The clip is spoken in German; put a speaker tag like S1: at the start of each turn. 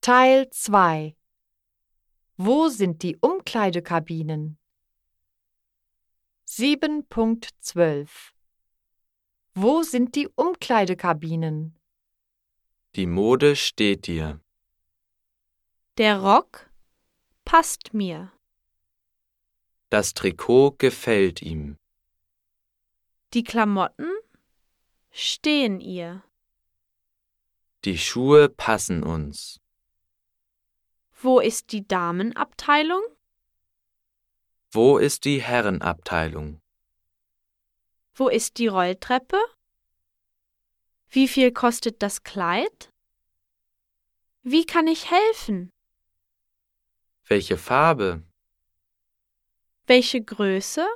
S1: Teil 2 Wo sind die Umkleidekabinen? 7.12 Wo sind die Umkleidekabinen?
S2: Die Mode steht dir.
S3: Der Rock passt mir.
S2: Das Trikot gefällt ihm.
S3: Die Klamotten stehen ihr.
S2: Die Schuhe passen uns.
S3: Wo ist die Damenabteilung?
S2: Wo ist die Herrenabteilung?
S3: Wo ist die Rolltreppe? Wie viel kostet das Kleid? Wie kann ich helfen?
S2: Welche Farbe?
S3: Welche Größe?